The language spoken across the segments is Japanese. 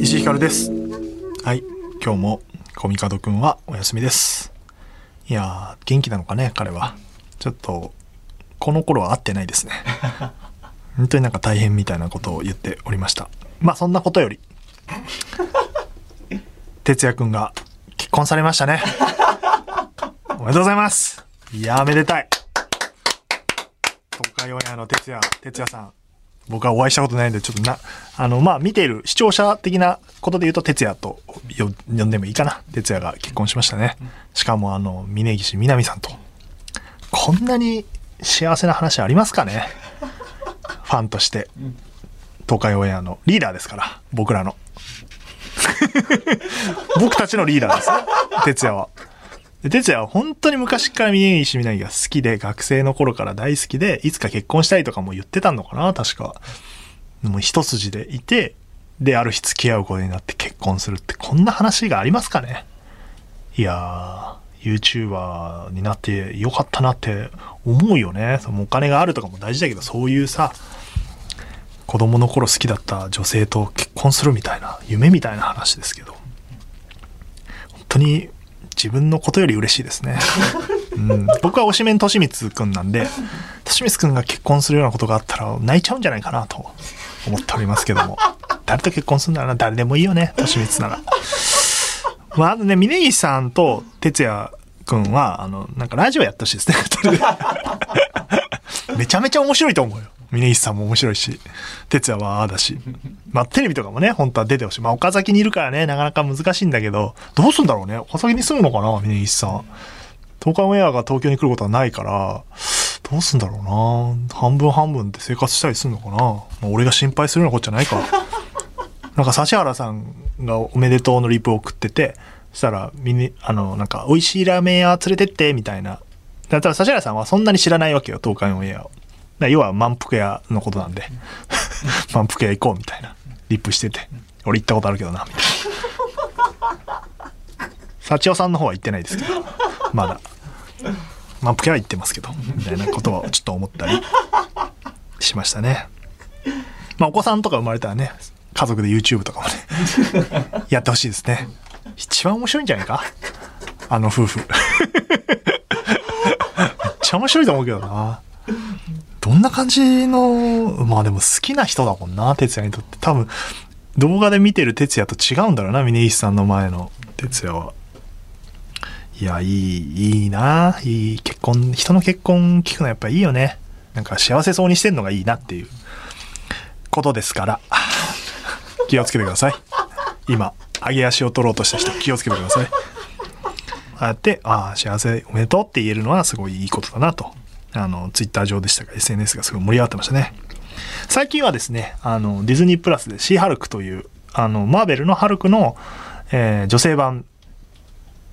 石井ひかるですはい今日もコミカドくんはお休みですいやー元気なのかね彼はちょっとこの頃は会ってないですね本当になんか大変みたいなことを言っておりましたまあそんなことより哲也くんが結婚されましたねおめでとうございますいやーめでたい東海オンエアの哲也哲也さん僕はお会いしたことないんで、ちょっとな、あの、まあ、見ている視聴者的なことで言うと、哲也とよ呼んでもいいかな。哲也が結婚しましたね。しかも、あの、峯岸みなみさんと。こんなに幸せな話ありますかねファンとして。東海オンエアのリーダーですから、僕らの。僕たちのリーダーです。哲也は。で哲也は本当に昔から峯岸みなみが好きで、学生の頃から大好きで、いつか結婚したいとかも言ってたのかな、確か。もう一筋でいて、で、ある日付き合うことになって結婚するって、こんな話がありますかねいやー、YouTuber になってよかったなって思うよね。そのお金があるとかも大事だけど、そういうさ、子供の頃好きだった女性と結婚するみたいな、夢みたいな話ですけど。本当に自分のことより嬉しいですね。うん、僕は推しメンとしみつくんなんで、としみつくんが結婚するようなことがあったら泣いちゃうんじゃないかなと思っておりますけども。誰と結婚するなら誰でもいいよね、としみつなら。まあ、あとね、峯岸さんと哲也くんは、あの、なんかラジオやってほしいですね、二人で めちゃめちゃ面白いと思うよ。峯岸さんも面白いし、哲也はああだし。まあ、テレビとかもね、本当は出てほしい。まあ、岡崎にいるからね、なかなか難しいんだけど、どうすんだろうね。岡崎に住むのかな、峯岸さん。東海オンエアが東京に来ることはないから、どうすんだろうな。半分半分で生活したりするのかな。まあ、俺が心配するようなことじゃないか。なんか指原さんがおめでとうのリプを送ってて、そしたら、みに、あの、なんか、美味しいラーメン屋連れてって、みたいな。だから指原さんはそんなに知らないわけよ、東海オンエアを。だから要は満腹屋のことなんで、 満腹屋行こう、みたいな。リップしてて。俺行ったことあるけどな、みたいな。幸代さんの方は行ってないですけど、まだ。満腹屋は行ってますけど、みたいなことはちょっと思ったりしましたね。まあ、お子さんとか生まれたらね、家族で YouTube とかもね、やってほしいですね。一番面白いんじゃないかあの夫婦。めっちゃ面白いと思うけどな。どんな感じの、まあでも好きな人だもんな、哲也にとって。多分、動画で見てる哲也と違うんだろうな、峯岸さんの前の哲也は。いや、いい、いいな、いい結婚、人の結婚聞くのやっぱいいよね。なんか幸せそうにしてんのがいいなっていうことですから。 気をつけてください今上げ足を取ろうとした人気をつけてくださいああやって「ああ幸せおめでとう」って言えるのはすごいいいことだなとあのツイッター上でしたが SNS がすごい盛り上がってましたね最近はですねあのディズニープラスで「シー・ハルク」というあのマーベルのハルクの、えー女性版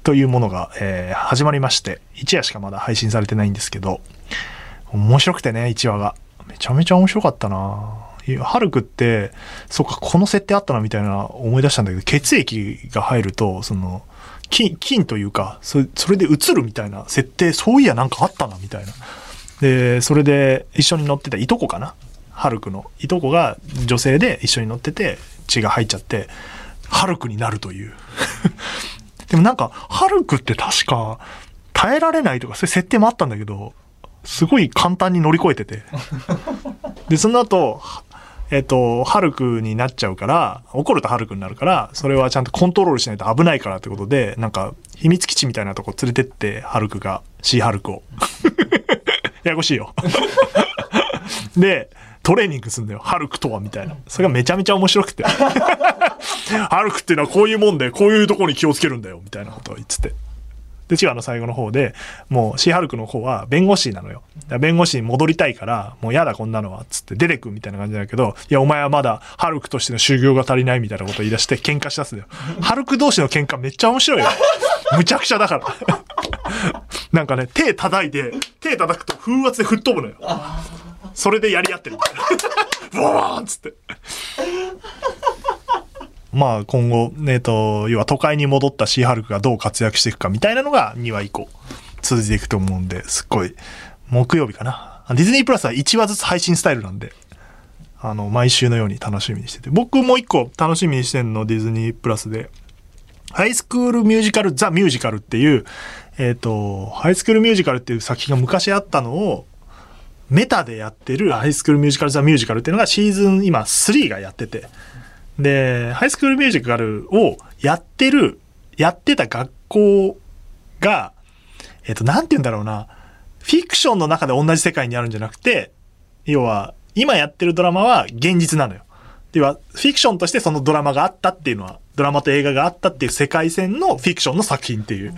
というものが、えー始まりまして一夜しかまだ配信されてないんですけど面白くてね1話がめちゃめちゃ面白かったないやハルクってそっかこの設定あったなみたいな思い出したんだけど血液が入るとその菌菌というかそそれで移るみたいな設定そういやなんかあったなみたいなでそれで一緒に乗ってたいとこかなハルクのいとこが女性で一緒に乗ってて血が入っちゃってハルクになるというでもなんかハルクって確か耐えられないとかそういう設定もあったんだけどすごい簡単に乗り越えててで、その後、はえっ、と、ハルクになっちゃうから、怒るとハルクになるから、それはちゃんとコントロールしないと危ないからってことで、なんか、秘密基地みたいなとこ連れてって、ハルクが、シーハルクを。 ややこしいよ。 で、トレーニングするんだよ。ハルクとは、みたいな。それがめちゃめちゃ面白くて。ハルクっていうのはこういうもんで、こういうとこに気をつけるんだよ、みたいなことを言ってて。で、チワの最後の方で、もうシーハルクの方は弁護士なのよ。だから弁護士に戻りたいから、もうやだこんなのは、つって出てくみたいな感じだけど、いや、お前はまだハルクとしての修行が足りないみたいなこと言い出して喧嘩しだすのよ。ハルク同士の喧嘩めっちゃ面白いよ。むちゃくちゃだから。 なんかね、手叩いて、手叩くと風圧で吹っ飛ぶのよ。 それでやり合ってるみたいな。ボワーンっつって。まあ今後、えっと、要は都会に戻ったシーハルクがどう活躍していくかみたいなのが2話以降続いていくと思うんで、すっごい、木曜日かな。ディズニープラスは1話ずつ配信スタイルなんで、あの、毎週のように楽しみにしてて。僕もう一個楽しみにしてんの、ディズニープラスで。ハイスクールミュージカル、ザ・ミュージカルっていう、えっ、と、ハイスクールミュージカルっていう作品が昔あったのを、メタでやってるハイスクールミュージカル・ザ・ミュージカルっていうのがシーズン今3がやってて。で、ハイスクールミュージカルをやってる、やってた学校が、えっ、と、なんて言うんだろうな、フィクションの中で同じ世界にあるんじゃなくて、要は、今やってるドラマは現実なのよ。要は、フィクションとしてそのドラマがあったっていうのは、ドラマと映画があったっていう世界線のフィクションの作品っていう。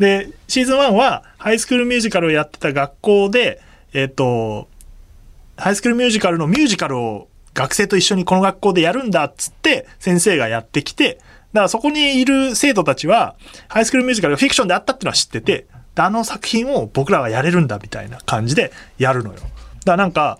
で、シーズン1は、ハイスクールミュージカルをやってた学校で、えっ、と、ハイスクールミュージカルのミュージカルを学生と一緒にこの学校でやるんだっつって先生がやってきて、だからそこにいる生徒たちは、ハイスクールミュージカルがフィクションであったっていうのは知ってて、であの作品を僕らはやれるんだみたいな感じでやるのよ。だからなんか、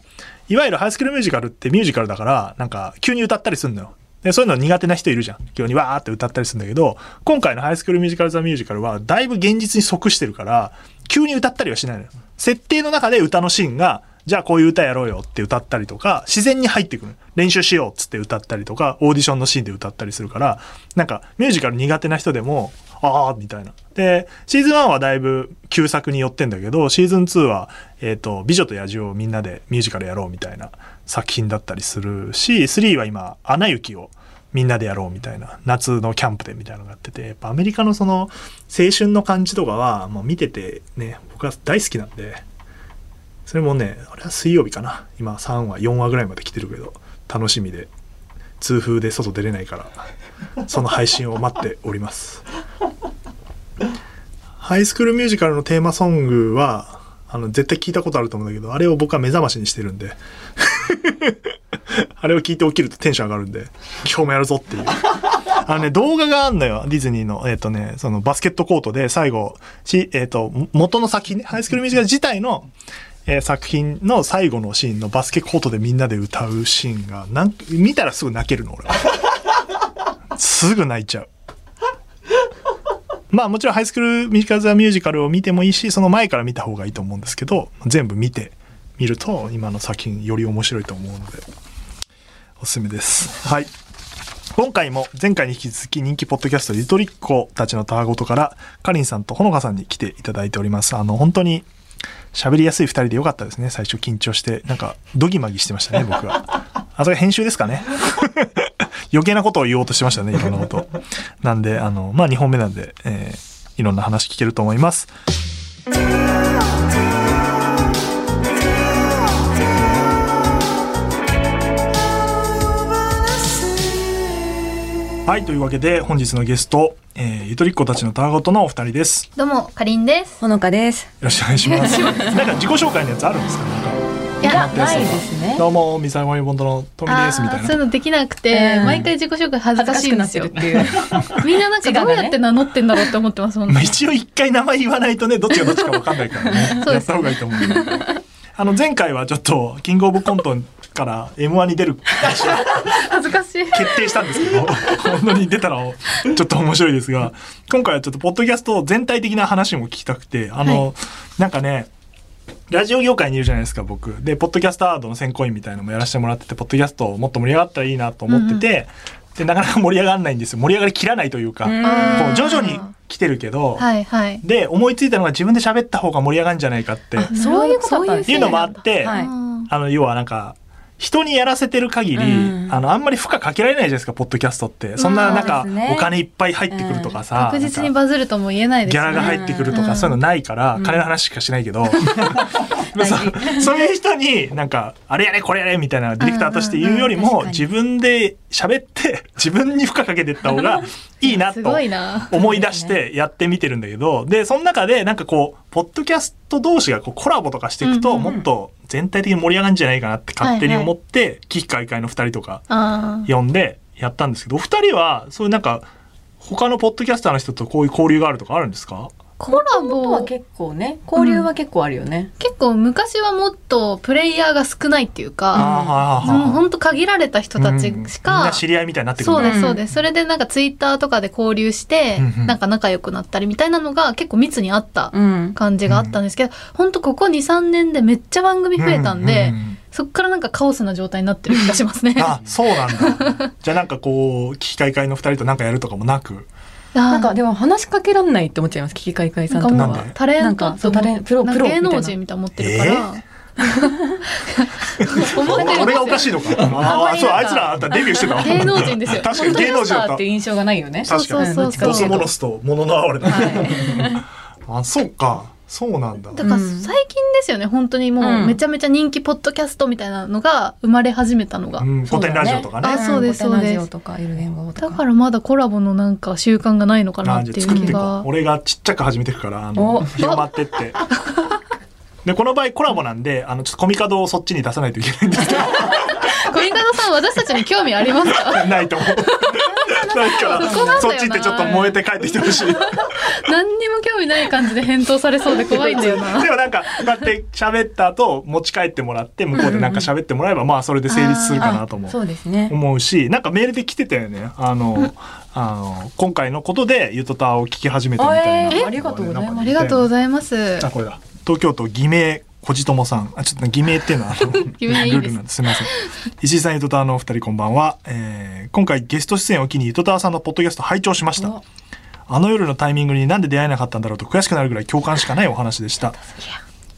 いわゆるハイスクールミュージカルってミュージカルだから、なんか急に歌ったりすんのよ。で、そういうの苦手な人いるじゃん。急にわーって歌ったりするんだけど、今回のハイスクールミュージカルザミュージカルは、だいぶ現実に即してるから、急に歌ったりはしないのよ。設定の中で歌のシーンが、じゃあこういう歌やろうよって歌ったりとか、自然に入ってくる。練習しようっつって歌ったりとか、オーディションのシーンで歌ったりするから、なんかミュージカル苦手な人でも、ああ、みたいな。で、シーズン1はだいぶ旧作に寄ってんだけど、シーズン2は、えっ、と、美女と野獣をみんなでミュージカルやろうみたいな作品だったりするし、3は今、アナ雪をみんなでやろうみたいな夏のキャンプでみたいなのがあっててやっぱアメリカのその青春の感じとかはもう見ててね僕は大好きなんでそれもねあれは水曜日かな今3話4話ぐらいまで来てるけど楽しみで痛風で外出れないからその配信を待っておりますハイスクールミュージカルのテーマソングはあの絶対聞いたことあると思うんだけどあれを僕は目覚ましにしてるんであれを聞いて起きるとテンション上がるんで、今日もやるぞっていう。あのね、動画があんのよ、ディズニーの。えっ、とね、そのバスケットコートで最後、しえっ、と、も元の作品ね、ハイスクールミュージカル自体の、えー作品の最後のシーンのバスケコートでみんなで歌うシーンが、なん見たらすぐ泣けるの、俺。すぐ泣いちゃう。まあもちろんハイスクールミュージカル・ザ・ミュージカルを見てもいいし、その前から見た方がいいと思うんですけど、全部見てみると、今の作品より面白いと思うので、おすすめです。はい。今回も前回に引き続き人気ポッドキャストリトリッコたちのたわごとからかりんさんとほのかさんに来ていただいております。あの本当に喋りやすい二人でよかったですね。最初緊張してなんかドギマギしてましたね僕は。あそれ編集ですかね。 余計なことを言おうとしてましたねいろんなこと。なんであのまあ2本目なんで、えーいろんな話聞けると思います。はいというわけで本日のゲスト、えーゆとりっ子たちのたわごとのお二人です。どうも、かりんです。ほのかです。よろしくお願いします。なんか自己紹介のやつあるんですかなんかいや、ないですね。どうも、ミサイマイボンドのトミですみたいーそういな。うのできなくて、うん毎回自己紹介恥ずかしいんですよ。ていう。 みんななんかどうやって名乗ってんだろうって思ってます、本当まあに。一応一回名前言わないとね、どっちがどっちかわかんないからね。 そやうでっすた方がいいと思う。あの、前回はちょっと、キングオブコントから M1 に出る恥ずかしい。決定したんですけど、本当に出たらちょっと面白いですが、今回はちょっとポッドキャスト全体的な話も聞きたくて、あの、なんかね、ラジオ業界にいるじゃないですか、僕。で、ポッドキャストアワードの選考委員みたいなのもやらせてもらってて、ポッドキャストをもっと盛り上がったらいいなと思ってて、で、なかなか盛り上がらないんですよ。盛り上がりきらないというか、こあーう徐々に来てるけど、はいはい。で、思いついたのが自分で喋った方が盛り上がるんじゃないかって、っそういうことだったんですねていうのもあって、はいうんあの、要はなんか、人にやらせてる限り、うんあの、あんまり負荷かけられないじゃないですか、ポッドキャストって。そんな、なんか、そうですねお金いっぱい入ってくるとかさ、確実になんかバズるとも言えないですギね。ャラが入ってくるとか、うんそういうのないから、うん金の話しかしないけど、 そうそういう人になんか、あれやれこれやれみたいなディレクターとして言うよりうんうんも、うん確か自分で喋って、自分に負荷かけてった方がいいなとすごいな。 思い出してやってみてるんだけど、で、その中でなんかこう、ポッドキャスト同士がこうコラボとかしていくと、うんうんもっと全体的に盛り上がるんじゃないかなって勝手に思って、危機開会の2人とかあー呼んでやったんですけど、お二人は、そういうなんか、他のポッドキャスターの人とこういう交流があるとかあるんですかコラボボは結構ね交流は結構あるよね、結構昔はもっとプレイヤーが少ないっていうか、あもうほんと限られた人たちしうんみんかな、知り合いみたいになってくるそうでねすそうですそれでなんかツイッターとかで交流して、うんうんなんか仲良くなったりみたいなのが結構密にあったうん感じがあったんですけど、ほんとここ23年でめっちゃ番組増えたんで、うううんそっからなんかカオスな状態になってる気がしますね。 あそうなんだじゃあなんかこう機械会の二人となんかやるとかもなくななんかでも話しかけらんないって思っちゃいます聞き会会さんとかなはんかもうタレントなんかそうタレンプロなんかプロ芸能みたい人なみたいな持ってるから。思ってるんですよ俺がおかしいのかあまありなんかそうあいつらあんたデビューしてたわ芸能人ですよ確かに芸能人だスっターたっていう印象がないよね確かにそうそうそうボスモロスとモノノアワレだ、はいあそうかそうなんだだからうん最近ですよね、本当にもううんめちゃめちゃ人気ポッドキャストみたいなのが生まれ始めたのが。うん、古典ラジオとかねあそうですそうです古典ラジオとか夜電話とだかからまだコラボのなんか習慣がないのかなあっじゃてあいう作ってい気こうが。俺がちっちゃく始めていくからあのお広まってってでこの場合コラボなんであのちょっとコミカドをそっちに出さないといけないんですけ 小見方さん、私たちに興味ありますかどないと思う ないからそこなんだよなそっち行ってちょっと燃えて帰ってきてほ しいでも何にも興味ない感じで返答されそうで怖いんだよな。なんかこうやって喋った後持ち帰ってもらって向こうでなんか喋ってもらえばまあそれで成立するかなと思うそうですね思うしなんかメールで来てたよねあのあの今回のことで「ゆとたわ」を聞き始めたみたいな、えーありがとうございま すありがとうごいざいます。あこれだ東京都偽名小じともさんあちょっと偽名っていうのはあの偽名いいですルールなんですすみません石井さんゆとたわのお二人こんばんは、えー今回ゲスト出演を機にゆとたわさんのポッドキャスト拝聴しましたおあの夜のタイミングになんで出会えなかったんだろうと悔しくなるぐらい共感しかないお話でした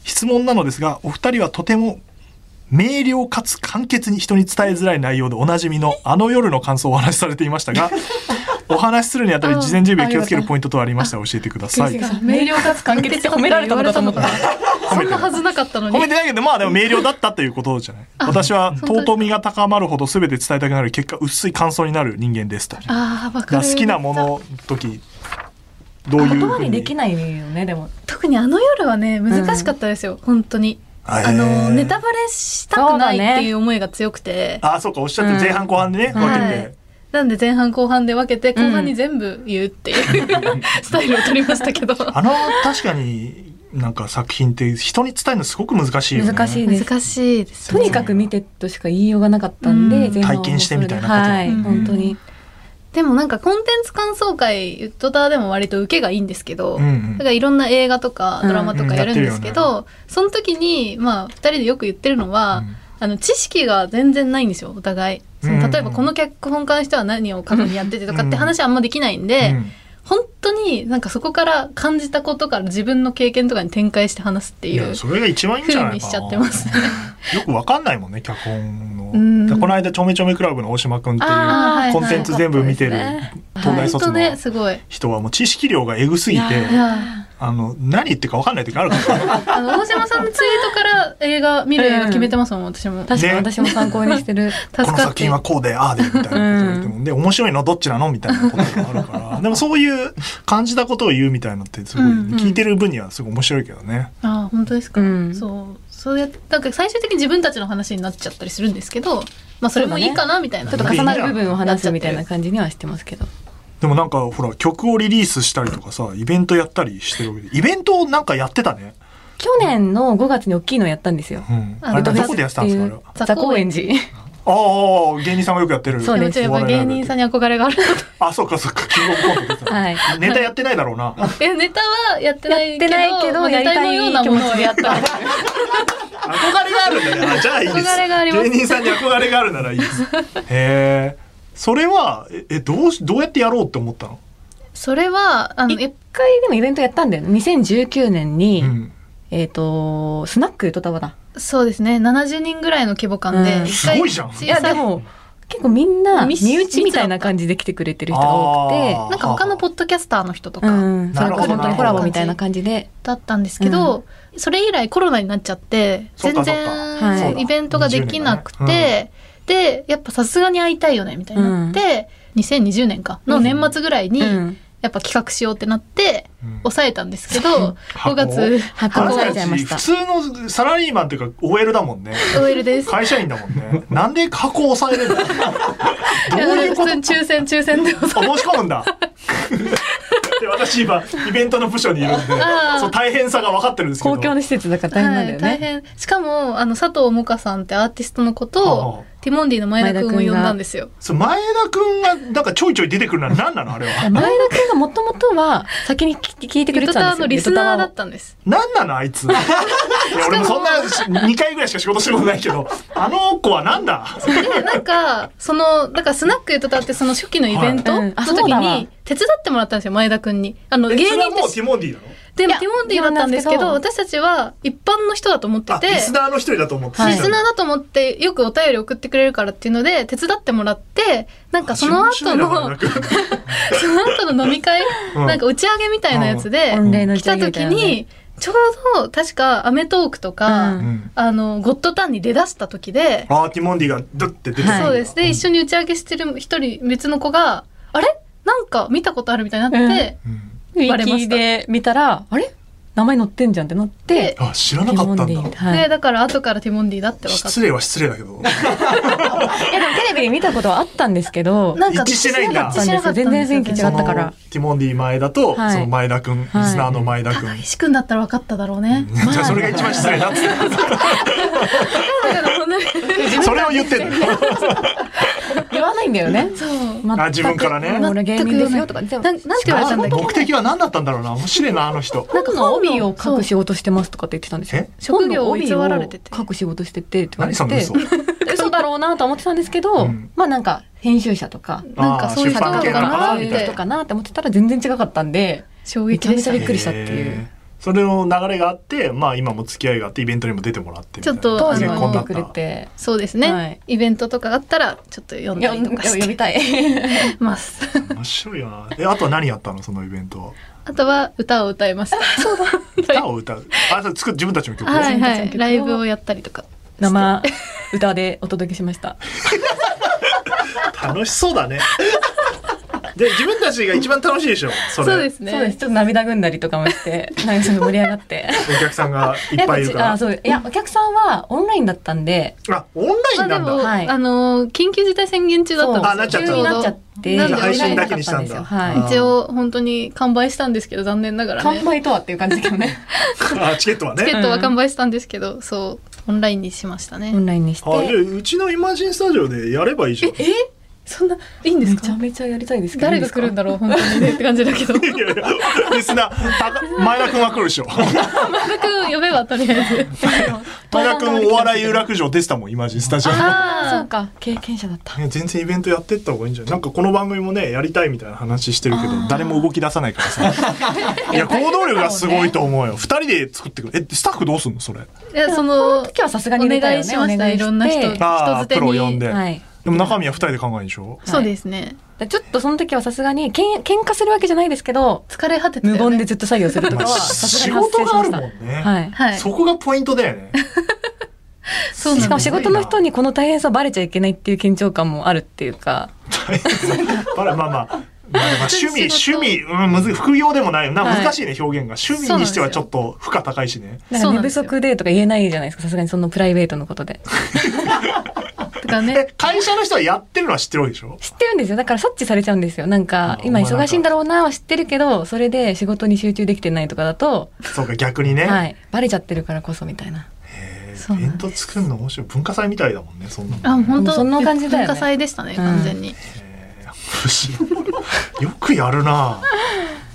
質問なのですがお二人はとても明瞭かつ簡潔に人に伝えづらい内容でおなじみのあの夜の感想をお話しされていましたがお話しするにあたり事前準備を気をつけるポイント等ありましたら教えてください先生明瞭かつ完結って褒められたのかと思 ったそんなはずなかったのに褒め。てないけどまあでも明瞭だったということじゃない私は尊みが高まるほど全て伝えたくなる結果薄い感想になる人間ですとだかああ、わからる。好きなものの時どういう言ふ葉うににできないよねでも特にあの夜はね難しかったですよ、本当にあへーあのネタバレしたくないっていう思いが強くて、あそうかおっしゃってる前半後半でね、うん分けて、はいなんで前半後半で分けてん後半に全部言うっていう、 スタイルを取りましたけどあの確かになんか作品って人に伝えるのすごく難しいよね難しいです難しいですとにかく見てとしか言いようがなかったんで、うん前半は体験してみたいなことはい、うん本当に。でもなんかコンテンツ感想会ユットターでも割と受けがいいんですけど、うんうんだからいろんな映画とかドラマとかやるんですけうんど、その時にまあ2人でよく言ってるのは、うんあの知識が全然ないんですよお互いその例えうんうばんこの脚本家の人は何を過去にやっててとかって話あんまできないんで、うん本当になんかそこから感じたことから自分の経験とかに展開して話すっていいやうそれが一番いいんじゃないかな風にしちゃってますねうんよくわかんないもんね脚本の、うんこの間ちょめちょめクラブの大島君っていあーはういコンテンツ全部見てるはいはい東大本卒当のねすごい。人はもう知識量がえぐすぎていやいやあの何言ってるかわかんない時ある からあの大島さんのツイートから映画見る映画決めてますもん私も確かにね私も参考 にしてる。この助かっ作て品はこうでああでみたいなこと言われても、で面白いのどっちなのみたいなことがあるからでもそういう感じたことを言うみたいのってすごい、うんうん聞いてる分にはすごい面白いけどね。あ本当ですか、うんそうそうやってなんか最終的に自分たちの話になっちゃったりするんですけどまあそれもいいかなみたいな、ちょっと重なる部分を話すみたいな感じにはしてますけど。でもなんかほら曲をリリースしたりとかさイベントやったりしてるわけでイベントなんかやってたね、去年の5月に大きいのやったんですよ。うん、ああれどドラこでやってたんですかあれはザ高円寺。ああああ芸人さんがよくやってるそうですでもちょっとやっぱ芸人さんに憧れがあるのであそうかそうかキングオブコント出てた、はいネタやってないだろう なえネタはやってないけど やってないけどまあネタのようなものをやった憧れがあるんだね あじゃあいいです憧れがあります芸人さんに憧れがあるならいいですへえそれはええどうしどうやってやろうって思ったの、それはあのやっ一回でもイベントやったんだよね。2019年に、うん、えっ、と、スナックとたわだ。そうですね70人ぐらいの規模感うでん一回すごいじゃん小さいや、でも、結構みんな、身密内みたいな感じで来てくれてる人があ多くなんか他のポッドキャスターの人とて、うかん。そなれるこほどそ本当にコラボみたいな感じで。だったんですけど、それ以来コロナになっちゃってそっか全そっかはいそう然だイベントができなく20年だねて、でやっぱさすがに会いたいよねみたいになって、2020年かの年末ぐらいに、うん。やっぱ企画しようってなってうん抑えたんですけど、箱5月発行されちゃいましたあたち普通のサラリーマンというか OL だもんね OL です。 会社員だもんねなんで加工抑えるんだどういやいうこ普と通に抽選抽選で あ申し込むんだで私今イベントの部署にいるんであーそう大変さが分かってるんですけど公共の施設だから大変なんだよね。はい、大変しかもあの佐藤萌歌さんってアーティストのことああをティモンディの前田君を呼んだんですよ。そう前田くんがなんかちょいちょい出てくるのは何なのあれ は前田君がもともとは先に聞聞いてくゆれとてたわたんですよ。のリスナーだゆっとたんです。何なのあいついや俺もそんなし2回ぐらいしか仕事したことないけどあの子はなんだでなんかそのだからスナックゆとたわってその初期のイベントはいうんのあそう時だわに手伝ってもらったんですよ前田君に。あのえ芸それは人もとうしてティモンディなのでもいやティモンディだったんですけどそう私たちは一般の人だと思ってあて。リスナーの一人だと思ってたリスナーだと思ってよくお便り送ってくれるからっていうので手伝ってもらってなんかその後の その後の飲み会、うんなんか打ち上げみたいなやつで、うん御礼の打来ちた上げみ時たいなねにちょうど確か『アメトーーク』とか、うんあの『ゴッドタン』に出だした時で、あーティモンディがドって出てくるんだ、はいそうですで一緒に打ち上げしてる一人別の子が「あれなんか見たことある」みたいになって、うんウバレィまキしたで見たら、あれ名前載ってんじゃんってなって、あ知らなかったティモんンディだはいでだから後からティモンディだって分かって失礼は失礼だけどいやでもテレビで見たことはあったんですけど、なんか一致してないんだ一致してなかったんですよ全然雰囲気違そっのたからティモンディ前田と、はいその前田くん、リスはいナーの前田くん、 高岸君だったら分かっただろうね。じゃあそれが一番失礼だっつっ自てそれを言ってんの言わないんだよね。そう。 あ自分からね全く俺芸人ですよとか、な全んなん部て言われたんだっけ目的は何だったんだろうな面白いなあの人なんか帯を書く仕事してますとかって言ってたんですよえ。職業を偽られてて本の帯を書く仕事しててって言わ何れそのて嘘。なん嘘だろうなと思ってたんですけど、うんまあなんか編集者とかなんかそういう出作版家系なとかのなかなみったいてなとかなって思ってたら全然違かったんで、衝撃でしたびねっ。くりしたっていうへーそれの流れがあってまあ今も付き合いがあってイベントにも出てもらってみたいなちょっと当時結は婚来だてっくれたて。そうですはねい。イベントとかあったらちょっと読んいだや、りとかし呼びてたい。 ます。面白いよなえあとは何やったのそのイベントはあとは歌を歌いました。 歌を歌うあそれ作る自分たちの曲をはいはそうい。ライブをやったりとか。生歌でお届けしました。楽しそうだねで自分たちが一番楽しいでしょそそれうですね。そうです。ちょっと涙ぐんだりとかもして、なんかちょっと盛り上がって。お客さんがいっぱいいるかあ、らそう。いや、お客さんはオンラインだったんで、あオンライまンあなでんも、だはいあのー緊急事態宣言中だったんですよあなっちゃった急急にになっちゃっってて、なんで配信だけにしたんだはい。一応本当に完売したんですけど残念ながらね乾。杯とはっていう感じだけどね。 あチケットはチケねットは完売したんですけど、そう、オンラインにしましたオね。ンラインにしあじゃあて。うちのイマジンスタジオでやればいいじゃんいそんな、いいんですめちかゃめちゃやりたいですけど。誰が来るんだだろう、本当にねって感じだけ ど。やいやリスナーた前田君は来るでしょ田くん呼べばとりあえず。前田君お笑い有楽町出てたもんイマジンスタジオあそうか。経験者だった。ね全然イベントやってった方がいいんじゃないなんかこの番組もねやりたいみたいな話してるけど誰も動き出さないから さいや行動力がすごいと思うよ二人で作ってくるえスタッフどうすんのそれいや、その、今日はさすがおに願出よいねしました、いろんな人、人あーづてプロ呼んに。ではい。でも中身は二人で考えるんでしょそうですね。でちょっとその時はさすがにけん喧嘩するわけじゃないですけど、疲れ果ててたよ無ね。言でずっと作業するとかまあ はさす仕がに発事生しがあまるしもたん。ね、はい。はい。そこがポイントだよねそうなんですしかも仕事の人にこの大変さバレちゃいけないっていう緊張感もあるっていうか、 まあまあまあまあまあ趣味、仕趣味、事うん、むずい副業でもないよな、はい難しいね、表現が。趣味にしてはちょっと負荷高いしね。なんそうかな寝んで不すよ足でとか言えないじゃないですか、さすがにそのプライベートのことで。とかね。え、会社の人はやってるのは知ってるわけでしょ知ってるんですよ。だから察知されちゃうんですよ。なんあか、ー今忙しいんだろうなは知ってるけど、それで仕事に集中できてないとかだと、そうか、逆にね。はい。バレちゃってるからこそみたいな。えそうー、イベなンんト作るの面白い。文化祭みたいだもんね、そんなの。あ、本当そんな感じだよ文ね化祭でしたね、完全に。えー面白いよくやるな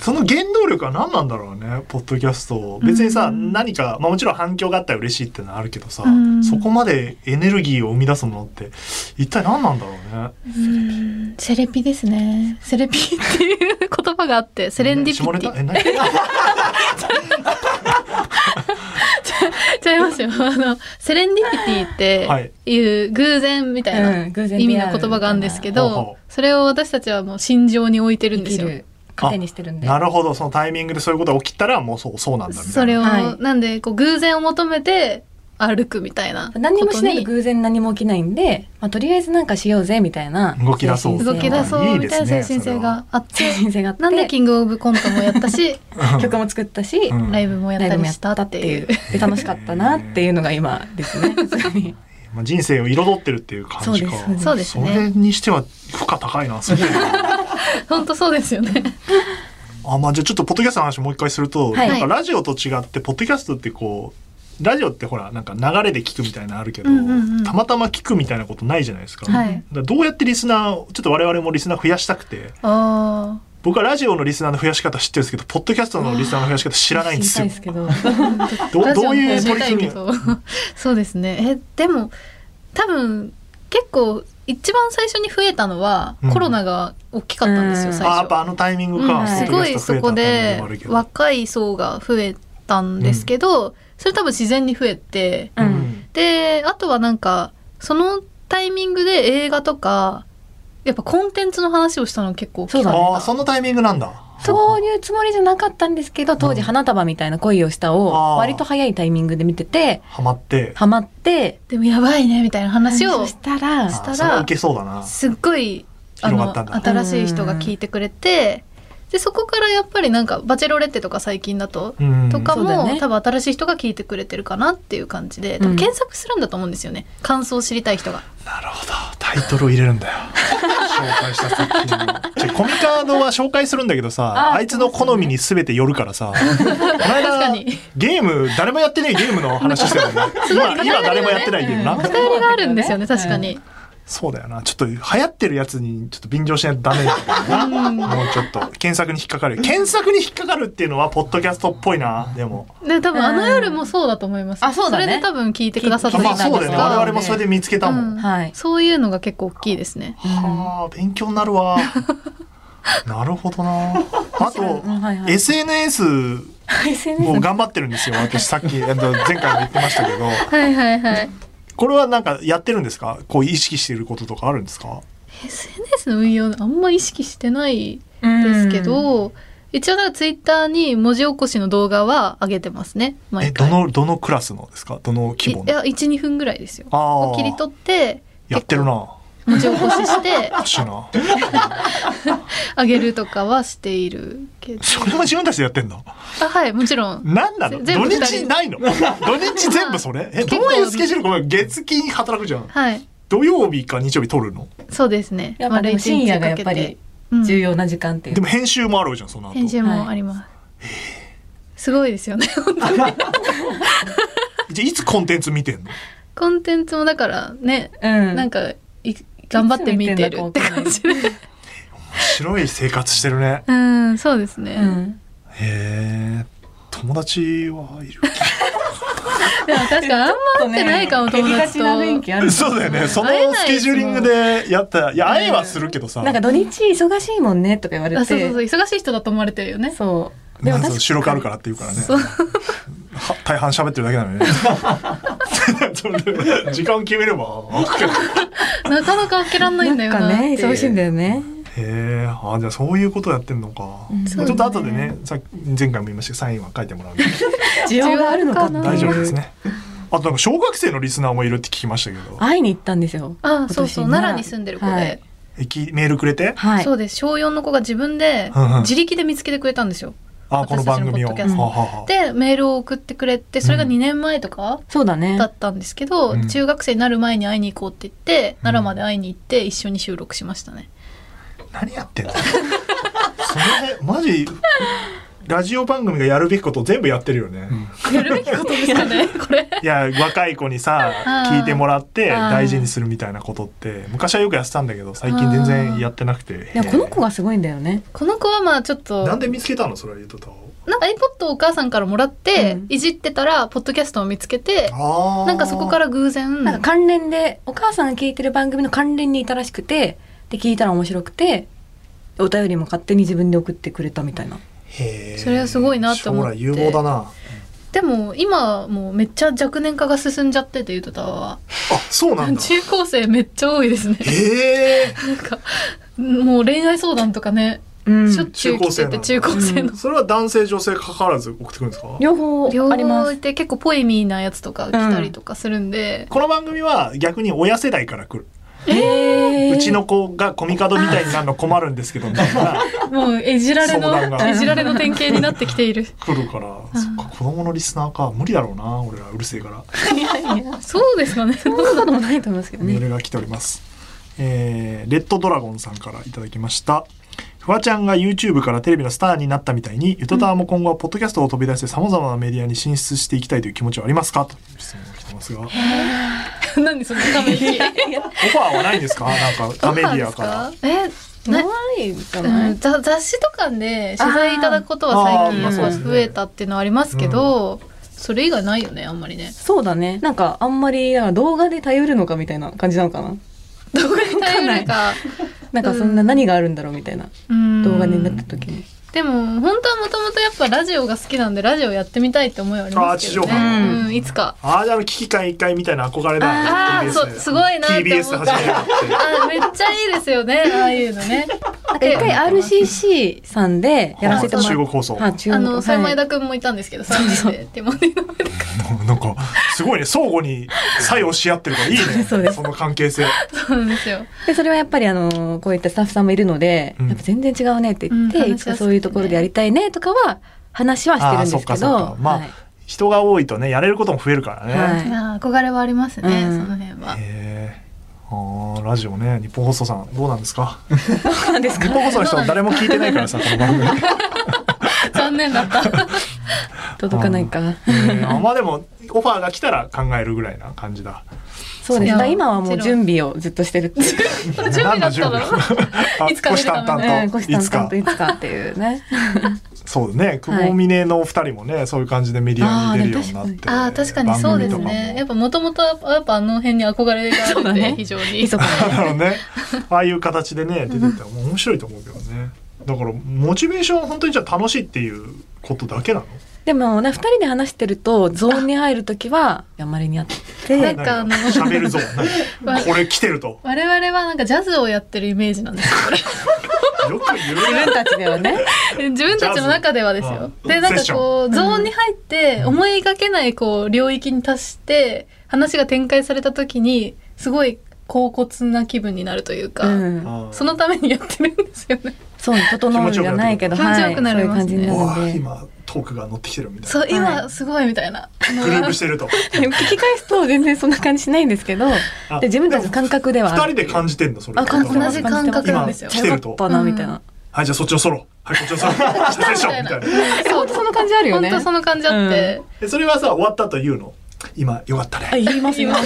その原動力は何なんだろうね、ポッドキャストを。別にさ、何か、まあもちろん反響があったら嬉しいってのはあるけどさうん、そこまでエネルギーを生み出すものって、一体何なんだろうね。うんセレピですね。セレピっていう言葉があって、セレンディピ下ネテタィ。え、何ちゃいますよ。あの、セレンディピティっていう偶然みたいなうん偶然意味の言葉があるんですけほうほどう、それを私たちはもう心情に置いてるん生できすよ。る糧にしてるんで。なるほど、そのタイミングでそういうことが起きたら、もうそう、そうなんだみたいな。それを、はいなんでこう偶然を求めて歩くみたいな何もしなこといとに偶然何も起きないんで、まあ、とりあえずなんかしようぜみたいな動き出そう動き出いそいうでみすたいねな精神性があって 人生があってなんでキングオブコントもやったし曲も作ったし、うんライブもやっライたブもりやっしたたっってていいうう。 で楽しかったなっていうのが今ですね。普通にまあ、人生を彩ってるっていう感じかそうですそうですそれねにしては負荷高いなすごいな本当そうですよねあまあじゃあちょっとポッドキャストの話もう一回すると、はいなんかラジオと違ってポッドキャストってこうラジオってほらなんか流れで聞くみたいなのあるけど、うんうんうんたまたま聞くみたいなことないじゃないですか。はいだからどうやってリスナーをちょっと我々もリスナー増やしたくてあ僕はラジオのリスナーの増やし方知ってるんですけどポッドキャストのリスナーの増やし方知らないんですよ知。りたいですどあ。どういう取り組みラジオも知りたいけどそう ですね。え、でも、多分、結構、一番最初に増えたのは、うんコロナが大きかったんですよ、うん最あやっ初。ぱあのタイミングうか、ポんッすドごキいャストそ増えこたタイミングでもあるけど。若い層が増えたんですけど、それ多分自然に増えてけどうん。であとはなんかそのタイミングで映画とかやっぱコンテンツの話をしたの結構大きかそうだあっあそのタイミングなんだ。そういうつもりじゃなかったんですけど、当時うん花束みたいな恋をしたあーを、割と早いタイミングで見てて、ハマって。ハマって、たでもやばいねみたいな話をそしたら、したらあそれはいけそうだな。すっごいあ広がのったんだ新しい人が聞いてくれてでそこからやっぱりなんか「バチェロレッテ」とか最近だと。うんとかそうだも、よね多分新しい人が聞いてくれてるかなっていう感じで多う分ん検索するんだと思うんですよね、感想を知りたい人がなるほど。タイトルを入れるんだよ。紹介した作品を。ちょコミカードは紹介するんだけどさ、あーあいつの好みに全て寄るからさ。この間、にゲーム、誰もやってないゲームの話してたもんね。今、今誰もやってないゲームな。うん偏りがあるんですよね確かに、そうだよな。ちょっと流行ってるやつにちょっと便乗しないとダメなんだよな。もうちょっと検索に引っかかる。検索に引っかかるっていうのはポッドキャストっぽいな。でも。で多分うんあの夜もそうだと思います、あそうだねれで多分聞いてくださったそうじまあゃなそいうだですよかね。我々もそれで見つけたもん。うんはい。そういうのが結構大きいですねはあ、勉強になるわ。なるほどな。あとうんはい、 はい SNS も SNS 頑張ってるんですよ。私さっき、あの前回も言ってましたけど、はいはいはいこれはなんかやってるんですかこう意識していることとかあるんですか SNS の運用あんま意識してないですけど、一応なんかツイッターに文字起こしの動画は上げてますねえ、毎ど回の、どのクラスのですかどの規模いのいや12分ぐらいですよああ、切り取ってやってるな。文字起こし しておかしいな。上げるとかはしているけどそれも自分たちでやってんのあはいもちろんなんなの土ぜ全部二人日ないの土日全部それえ、 結ど構ういうスケジュールごめん、月金働くじゃん。はい土曜日か日曜日撮るのそうですねやっぱでも深夜がやっぱり丸一日かけて重要な時間っていうで。も編集もあるじゃん、その後。編集もあります、すごいですよね じゃあいつコンテンツ見てんのコンテンツもだからね、うんなんかい頑張って見てるって感じで白い生活してるね。うんそうですね、うん。へえ。友達はいる。でも確かにあんま会ってないかも友達とちょっねやりがちな雰囲気ある。そうだよね。その会えないスケジューリングでやったら、いや、会えはするけどさ。なんか土日忙しいもんねとか言われて。あそうそうそう忙しい人だと思われてるよねそう。。まあそう収録あるかららって言うからね。そうは大半喋ってるだけなのにね。 それで時間決めれば。なかなか開けらんないんだよななんかねっていう忙しいんだよね。へえ。あ、じゃあそういうことやってんのか。んまあちょっと後でね、さっき前回も言いましたけど、サインは書いてもらうけど需要があるのかっていう大丈夫ですね。あとなんか小学生のリスナーもいるって聞きましたけど、会いに行ったんですよ。あそうそう今年奈良に住んでる子で、はい駅メールくれて、はいそ。うです小4の子が自分でうんうん自力で見つけてくれたんですよ、あ、この番組を。私はたあちはのポあッドはあでメールを送ってくれてそれがうん2年前とかそうだねだ。ったんですけど、うん中学生になる前に会いに行こうって言って、ん奈良まで会いに行って一緒に収録しましたね何やってんの それマジラジオ番組がやるべきことを全部やってるよね、やるべきことですかね これいや若い子にさあー聞いてもらってあー大事にするみたいなことって昔はよくやってたんだけど最近全然やってなくていやこの子がすごいんだよね。この子はまあちょっとなんで見つけたのそれは言うとたなんか iPod をお母さんからもらって、うんいじってたらポッドキャストを見つけてあなんかそこからら偶然なんか関連でお母さんが聞いてる番組の関連にいたらしくて、で聞いたら面白くて。お便りも勝手に自分で送ってくれたみたいな。へーそれはすごいなって思って将来有望だなでも今もうめっちゃ若年化が進んじゃっててゆとたわあそうなはんだ中高生めっちゃ多 いですねへえなんかもう恋愛相談とかねうんしょっちゅう来てて中中高生の、それは男性女性関わらず送ってくるんですか両方両ありま方いす。て結構ポエミーなやつとか来たりとかするんで、この番組は逆に親世代から来るえうちの子がコミカドみたいになるの困るんですけどみたいなもうえじられ相談のがえじられの典型になってきている来るからそっか子供のリスナーか無理だろうな俺らうるせえから そうですかねそんなこともないと思いますけどメねー。ルが来ております、えーレッドドラゴンさんからいただきましたフワちゃんが YouTube からテレビのスターになったみたいに、ゆとたわも今後はポッドキャストを飛び出して様々なメディアに進出していきたいという気持ちはありますかという質問が来てますが、オファ 何そのため息。ーはないんですかなんか、他メディアから。え、なねいんじゃうない、ん、ざ雑誌とかで取材いただくことは最近あやーっまあぱそうですね増えたっていうのはありますけど、それ以外ないよねあんまりね。そうだねなんかあんまりだから動画で頼るのかみたいな感じなのかな動画に頼るか。なんかそんな何があるんだろうみたいな、うん動画になった時にでも本当はもともとやっぱラジオが好きなんでラジオやってみたいって思いはありますけどね。あー地上波うん、いつか。ああ、じゃあ、危機感一回みたいな憧れだ。あー TBS そうすごいなって思った TBS で始めるのって。あ、めっちゃいいですよねああいうのね。なんか一回 RCC さんでやらせてもら中って国放送。あ中あ国の、そうは前い田くんもいたんですけど、三人で、手招きの前田くんなんか、すごいね、相互に作用し合ってるからいいそうでね。すそうですその関係性。そうなんですよ。でそれはやっぱりあのこういったスタッフさんもいるので、うんやっぱ全然違うねって言って、うんいつかそういうところでやりたいねとかは話はしてるんですけどあーそっかそっかまあはい人が多いとね、やれることも増えるからね。はいあー憧れはありますね、うんその辺は。へーあーラジオね、日本放送さん、どうなんです かそうなんです日か本放送の人は誰も聞いてないからさ、この番組。残念だ った。届かないかえーまあでも、オファーが来たら考えるぐらいな感じだ。そうですいやね今はもうもちろん準備をずっとしてるっていう準備だったの。 あいつか出るかも虎視眈々とねうん虎視いつか眈々と。いつかっていうねそうだね、久保峰のお二人もね、そういう感じでメディアに出るようになって。ああ、確かにそうです番組とかねも。やっぱもともとやっぱあの辺に憧れがあそうるだんで、ね非常に。いそかにあのね、ああいう形でね、出てったらもう面白いと思うけどね。だから、モチベーションは本当にじゃあ楽しいっていうことだけなのでもね二人で話してるとゾーンに入る時はあまりにあってなんかあの何が喋るぞ。 何これ来てると。我々はなんかジャズをやってるイメージなんですよこれ。よく言う自ね分たちではね自分たちの中ではですよ。ジャズうで、んなんセッかシこョう、ゾーンに入って、思いがけないこう、領域に達して、話が展開された時に、すごい、高骨な気分になるというか、うんうんそのためにやってるんですよね。そう整うんじゃないけど気持ちよくなるはい、そういう感じにうわなるーんで今、トークが乗ってきてるみたいそう、は今、いすごいみたい な。な。グループしてると。でも聞き返すと全然そんな感じしないんですけどあで自分たちの感覚では二人で感じてんだ、それ。あ感じ同じ感覚なんですよ今来てるとよかったなみたいな、はい、じゃあそっちのソロ。はい、こっちの ソロ。セッションみたいな。えそ本う当、その感じあるよ本ね当その感じあって、えそれはさ、終わったと言うの。今、よかったね。あ言いますよ 今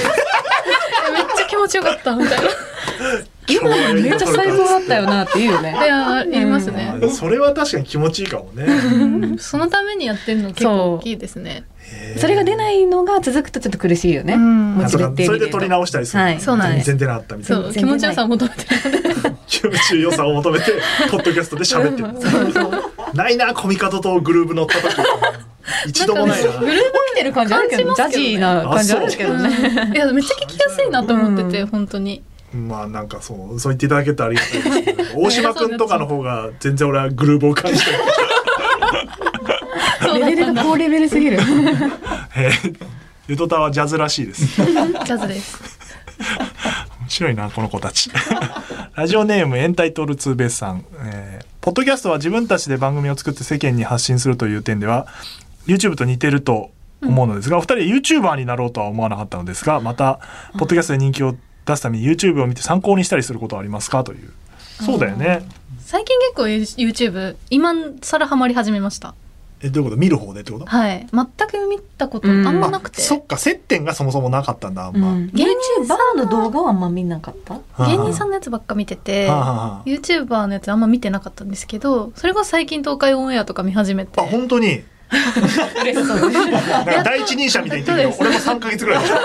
めっちゃ気持ちよかった、みたいな。今のめっちゃ最高だったよなって言うよねいや、言いますねあ。ーそれは確かに気持ちいいかもね。そのためにやってるの結構大きいですね。へー それが出ないのが続くとちょっと苦しいよね、うんモチそベれっていう意味で言うと取り直したりする。はいそうなんです全然出なかったみたいそな。う、全気然持ちよさを求めてるので。気持ち良さを求めて、 ポッドキャストで喋ってる。そうそうないな、コミカドとグルーブ乗った 時。一度もないな。グループ見てる感じあるけど、ジャ感ジじーまな感じあるけどね。うんいやめっちゃ聞きやすいなと思ってて、うん本当にまあなんかそう、そう言っていただけたらありがたいです けど。大島くんとかの方が全然俺はグルーブを感じてる。そうだレベルが高レベルすぎる。へー ゆとたはジャズらしいです。面ジャズです白いな、この子たち。 ラジオネーム、エンタイトルツーベースさん。えーポッドキャストは自分たちで番組を作って世間に発信するという点では、YouTube と似てると思うのですが、お二人は YouTuber になろうとは思わなかったのですが、また、ポッドキャストで人気を出すために YouTube を見て参考にしたりすることはありますかという。そうだよね。最近結構 YouTube 今更ハマり始めましたえ、どういうこと見る方でってことはい全く見たことあうんんまあなくて、そっか、接点がそもそもなかったんだ、あんま。芸人バーの動画はあんま見なかった。芸人さんのやつばっか見ててはあはあはあ YouTuber のやつあんま見てなかったんですけどそれが最近東海オンエアとか見始めてあ、本当に。嬉し そうね。なんか第一人者みたいに言ってるけど、そ俺うも3ヶ月ぐらいでしょ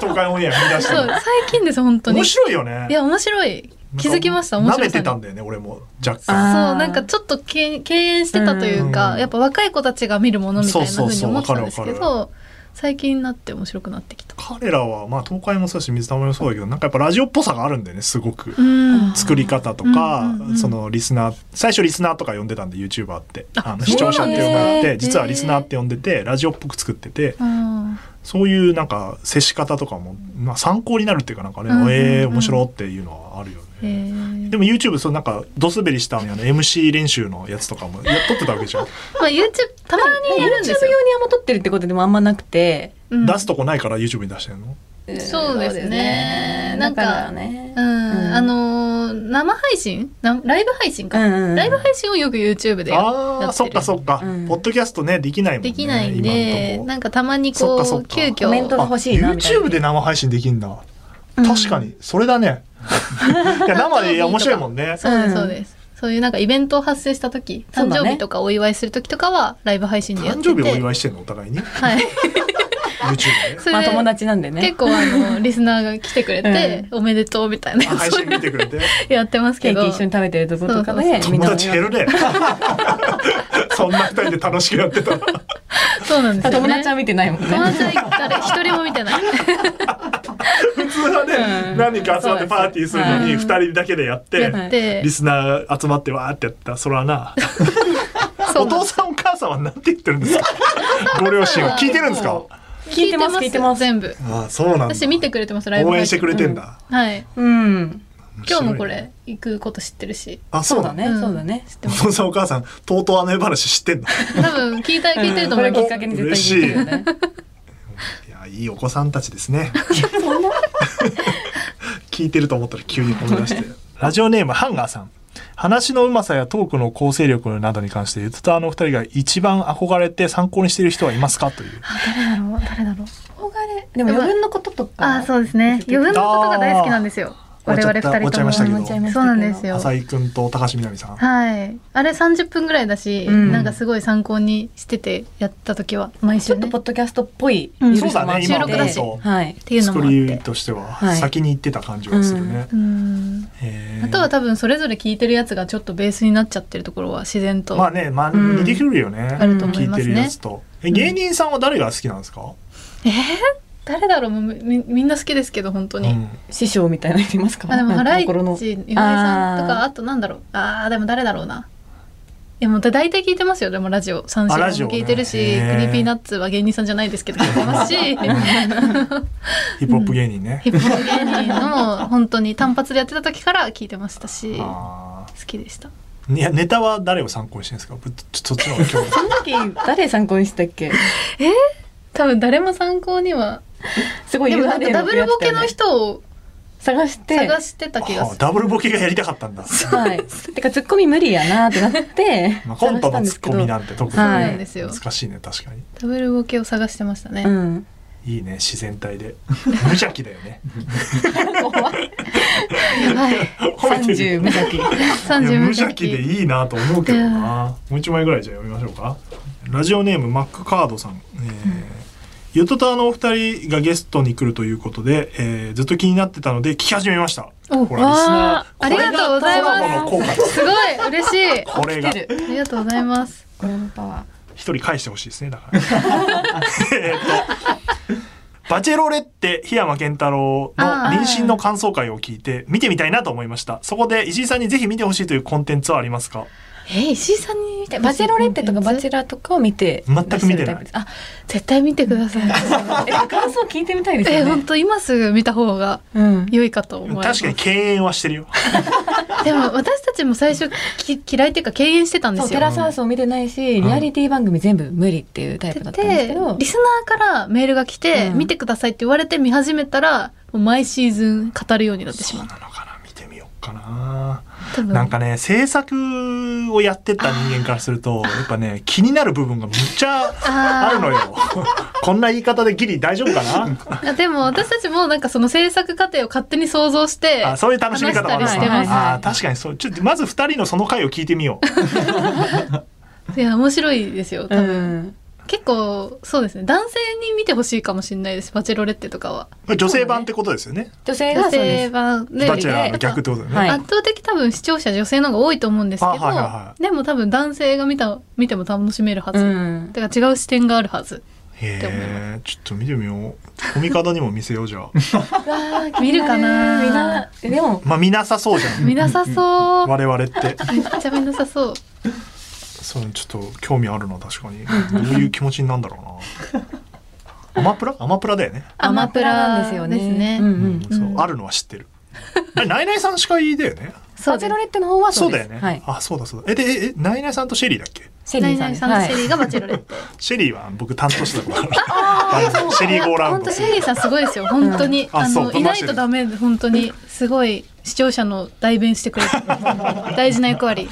東海オンエア見出しそうた最近です本当に面い白いよね。や面白い気づきました面な白んか舐さにめてたんだよね、俺も。若そう干。あーなんかちょっとけ敬遠してたというか、うんやっぱ若い子たちが見るものみたいなそふうそううにそう思ってたんですけわかるど最近になって面白くなってきた。彼らは、まあ東海もそうだし、水溜りもそうだけど、なんかやっぱラジオっぽさがあるんだよね、すごく。うん、作り方とかうんうんう、んそのリスナー、最初リスナーとか呼んでたんで、YouTuber って。あの視そう聴なん者っだて呼んでへて、ー実はリスナーって呼んでて、ラジオっぽく作ってて、うんそういうなんか接し方とかも、まあ参考になるっていうかなんかね、うんうんうんええ、面白っていうのはあるよえね。ーでも YouTube そのなんかドスベリしたあの MC 練習のやつとかもやっとってたわけじゃん。まあ YouTube たまにやるんで YouTube すよ。用にあんま撮ってるってことでもあんまなくて。うん出すとこないから YouTube に出してるの。そうですねだからねう。ん、あのーの、生配信なライブ配信か、うんうんうんライブ配信をよく YouTube でやああやってそるっかそっか、うんポッドキャストねできないもんねできないんで、今のとこなんかたまにそこっうかそっか急コメント遽が欲しいなあみたいな YouTube で生配信できんだうん確かにそれだ ねいや生で面白いもんねそうでうんすそうです、そういうなんかイベント発生した時そう誕だ生ね日とかお祝いする時とかはライブ配信でやって誕て生日お祝いいしてんのお互いに YouTube はい で それまあで友達なんでね結。構あのリスナーが来てくれて、おめでとうみたいなあや配つを信見てくれてやってますケけーどキ一緒に食べてるとことかそうそうで、みん友なも。達減るね そんな二人で楽しくやってたらそうなんですよ、ね、友達は見てないもんね。友達は誰一人も見てない普通はね、うん何人か集まってパーティーするのにうん二人だけでやって、はいでリスナー集まってわーってやったらそれはなそおうなん父ですさんお母さんはなんて言ってるんですかご両親は聞いてるんですかそ聞いてます、聞いてます。全部ああそうなんだ私見てくれてますライブ応配信援してくれてんだ、はいうん。今日もこ面白いねれ行くこと知ってるしあそそううだだねねう、んそうだね。知ってお ます父さんお母さんとうとうあの世話知ってんの多分聞いた聞いてると思いうんますこれきっかけに絶対聞いてるよね。いやいいお子さんたちですね聞いてると思ったら急に思い出して ラジオネームハンガーさん話のうまさやトークの構成力などに関して言うとあの二人が一番憧れて参考にしている人はいますかというあ誰だろう誰だろう憧れ。でも余分なこととか。あそうですね余分なことが大好きなんですよあー我々二人と終わもっちゃいましたけど思っちゃいましたそうけどなんですよ浅井君と高橋みなみさんはいあれ30分ぐらいだし、うんなんかすごい参考にしててやった時は毎ち週ょっとねポッドキャストっぽいうん許しもあってそうだね今の放送はい。っていうスのトもあっーリてーとしてははい先に行ってた感じはするね、うんへーあとは多分それぞれ聞いてるやつがちょっとベースになっちゃってるところは自然と、まあね、まあ、ん似てくるよね、あると思聞いいまてすねるやつとえ芸人さんは誰が好きなんですか、えー、誰だろうもうみみんな好きですけど本当に、うん師匠みたいなのいますかあでもハライチ心の岩井さんとかあとなんだろうあーでも誰だろうないやもうだ大体聞いてますよでもラジオ三あラ四ジ郎オもね聞いてるし、へークリーピーナッツは芸人さんじゃないですけど聞いてますしヒップホップ芸人ね、ヒップホップ芸人のも本当に単発でやってた時から聞いてましたし好あきでしたーいやネタは誰を参考にしてるんですかぶちょそっちの方が興 味その時誰参考にしてたっけ多分誰も参考にはすごいでも URL なんかダブルボケの人を探して探してた気があすーるダブルボケがやりたかったんだ、はいてかツッコミ無理やなってなって まあ、コントのツッコミなんて特に、ねはいそうなんですよ難しいね確かにダブルボケを探してましたね、うんいいね自然体で無邪気だよねはい褒めてる30無邪 気いや30無分邪気でいいなと思うけどなもう一枚ぐらいじゃあ読みましょうかラジオネームマックカードさん、えーゆとたわのお二人がゲストに来るということで、えーずっと気になってたので聞き始めましたおほらリスナーわーこれありがとうございまコすラボの効果ですすごい嬉しいこれが来てるありがとうございますこれのパワ一人返してほしいですねだから えーっとバチェロレッテ檜山健太郎の妊娠の感想会を聞いて見てみたいなと思いましたそこで石井さんにぜひ見てほしいというコンテンツはありますかえー、石井さんに見てーバチェロレッテとかバチェラーとかを見て全く見てないあ絶対見て くださいえ感想聞いてみたいですえーよ本ね当今すぐ見た方がうん良いかと思いま確すかに敬遠はしてるよでも私たちも最初き 嫌いっていうか敬遠してたんでそうすテよラスハウスを見てないしうんリアリティ番組全部無理っていうタイプだったんですけでどリスナーからメールが来て、うん見てくださいって言われて見始めたらもう毎シーズン語るようになってしそうまなうのかな見てみようかな、多分なんかね制作をやってた人間からするとやっぱね気になる部分がむっちゃあるのよ こんな言い方でギリ大丈夫かなあでも私たちもなんかその制作過程を勝手に想像してあそういう楽しみ方もある話のかしたりしてな、ますあー確かにそうちょっとまず2人のその回を聞いてみよういや面白いですよ多う分、ん結構そうですね男性に見てほしいかもしれないですバチェロレッテとかはこれ女性版ってことですよね女性が女そうで性す版でバチェラーの逆ってことだよね、はい圧倒的多分視聴者女性の方が多いと思うんですけど、あはいはいはでも多分男性が見た見ても楽しめるはず、うんだから違う視点があるはずへって思いえちょっと見てみようコミカドにも見せようじゃあ見るかなみんなえでもまあ見なさそうじゃん見なさそう我々って めっちゃ見なさそうそうちょっと興味あるな確かにどういう気持ちになるんだろうなアマプラアマプラだよね、アマプラなんですよねですねうんううんんそうあるのは知ってるあれナイナイさん司会だよねそうバですチェロレッテの方はそそううだでよす。ね。はい。あ、そうだそうだ。え、で、え、えナイナイさんとシェリーだっけシェナリイーさナんイね。さんのシェはいリーがバチェロレッテ。シェリーは僕担当してたことある。あのシェリーゴーラウン本ド当。シェリーさんすごいですよ本当に、ああそうのいなぶいん回してるとダメ本当にすごい視聴者の代弁してくれる大事な役割、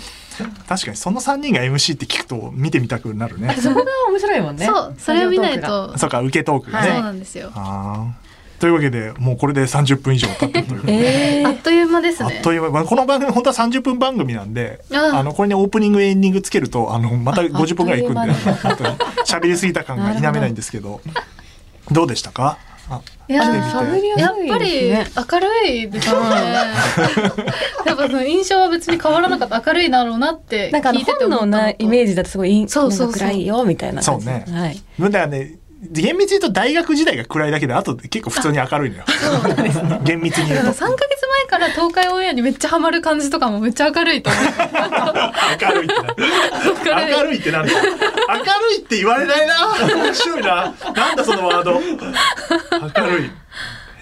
確かにその3人が MC って聞くと見てみたくなるね。そこが面白いもんね。そうそれを見ないラジオトー と、そうか、受けトークがそうね。なんですよ、あーというわけで、もうこれで30分以上経ってるということクで。が。えあっという間ですあねっという間、まあこの番組本当は30分番組なんで、あーあの、これにオープニングエンディングつけると、あの、また50分ぐらいいくんで、あっと本当に喋りすぎた感が否めないんですけど、どうでしたかあいや来てみてー喋りややっすいぱりですね。明るいですよねやっぱその印象は別に変わらなかった明るいだろうなってなんかあ聞のいてて思本っのたなのイメとージだとすごいいいそうそうそうなんか暗いよみたいな感じ。そうねはい。だからね、厳密に言うと大学時代が暗いだけで、あと結構普通に明るいのよ。 厳密に言だからう3と。ヶ月前から東海オンエアにめっちゃハマる感じとかもめっちゃ明るいと思う明るいってなる。明明るいってなんだ明るいって言われないな。面白いな。なんだそのワード。明るい。